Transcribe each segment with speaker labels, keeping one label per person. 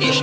Speaker 1: Ich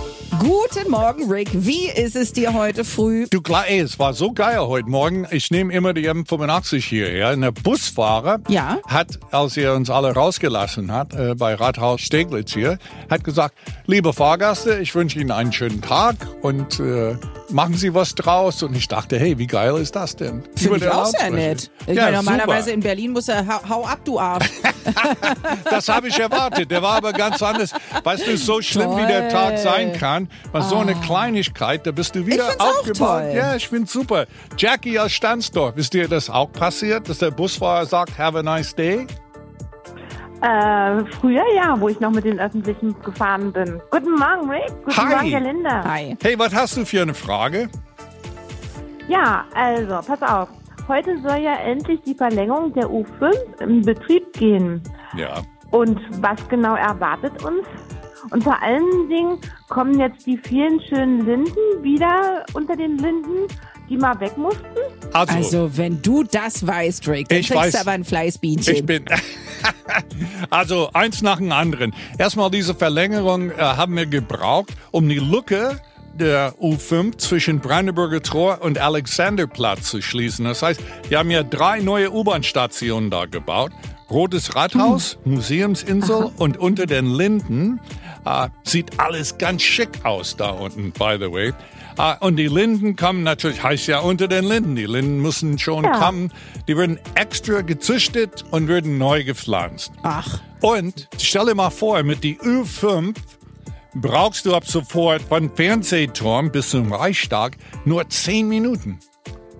Speaker 2: Guten Morgen, Rick. Wie ist es dir heute früh?
Speaker 3: Du klar, ey, es war so geil heute Morgen. Ich nehme immer die M85 hierher. Und der Busfahrer
Speaker 2: Ja.
Speaker 3: hat, als er uns alle rausgelassen hat, äh, bei Rathaus Steglitz hier, hat gesagt, liebe Fahrgäste, ich wünsche Ihnen einen schönen Tag und äh, machen Sie was draus. Und ich dachte, hey, wie geil ist das denn?
Speaker 2: Finde ich
Speaker 3: der
Speaker 2: auch sehr
Speaker 3: Lautsprecher.
Speaker 2: nett. Ich
Speaker 3: Ja,
Speaker 2: meine, normalerweise
Speaker 3: super.
Speaker 2: in Berlin muss er, hau, hau ab, du Arsch.
Speaker 3: Das habe ich erwartet. Der war aber ganz anders. Weißt du, so schlimm wie der
Speaker 2: Toll. Ah.
Speaker 3: Tag sein kann, war so eine Kleinigkeit, da bist du wieder
Speaker 2: find's auch
Speaker 3: aufgebaut.
Speaker 2: toll.
Speaker 3: Ja, ich finde super. Jackie aus Stanzdorf, ist dir das auch passiert, dass der Busfahrer sagt, have a nice day?
Speaker 4: Äh, früher ja, wo ich noch mit den Öffentlichen gefahren bin. Guten Morgen, Rick. Guten
Speaker 3: Hi.
Speaker 4: Morgen, Gerlinde.
Speaker 2: Hi.
Speaker 3: Hey, was hast du für eine Frage?
Speaker 4: Ja, also, pass auf. Heute soll ja endlich die Verlängerung der U5 in Betrieb gehen.
Speaker 3: Ja.
Speaker 4: Und was genau erwartet uns? Und vor allen Dingen kommen jetzt die vielen schönen Linden wieder unter den Linden, die mal weg mussten.
Speaker 3: Also,
Speaker 2: Also, wenn du das weißt, Rick, dann
Speaker 3: Ich
Speaker 2: kriegst
Speaker 3: weiß.
Speaker 2: du aber ein Fleißbienchen.
Speaker 3: ich bin. also, eins nach dem anderen. Erstmal, diese Verlängerung äh, haben wir gebraucht, um die Lücke der U5 zwischen Brandenburger Tor und Alexanderplatz zu schließen. Das heißt, wir haben ja drei neue U-Bahn-Stationen da gebaut. Rotes Rathaus, Museumsinsel und unter den Linden. Äh, sieht alles ganz schick aus da unten, by the way. Äh, und die Linden kommen natürlich, heißt ja unter den Linden. Die Linden müssen schon
Speaker 4: Ja.
Speaker 3: kommen. Die werden extra gezüchtet und werden neu gepflanzt.
Speaker 2: Ach,
Speaker 3: Und stell dir mal vor, mit die Ö5 brauchst du ab sofort von Fernsehturm bis zum Reichstag nur 10 Minuten.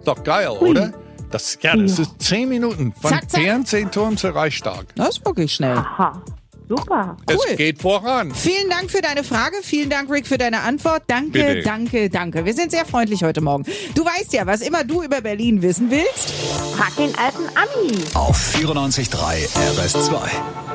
Speaker 3: Doch geil, oder? Das, ja, das ist 10 Minuten von
Speaker 2: Zack, zack.
Speaker 3: Fernsehturm zum Reichstag.
Speaker 2: das ist wirklich schnell.
Speaker 3: Ah.
Speaker 4: Aha, super.
Speaker 2: Cool.
Speaker 3: Es geht voran.
Speaker 2: Vielen Dank für deine Frage. Vielen Dank, Rick, für deine Antwort. Danke,
Speaker 3: Bitte.
Speaker 2: danke, danke. Wir sind sehr freundlich heute Morgen. Du weißt ja, was immer du über Berlin wissen willst.
Speaker 4: Frag den alten Ami.
Speaker 5: Auf 94.3 RS2.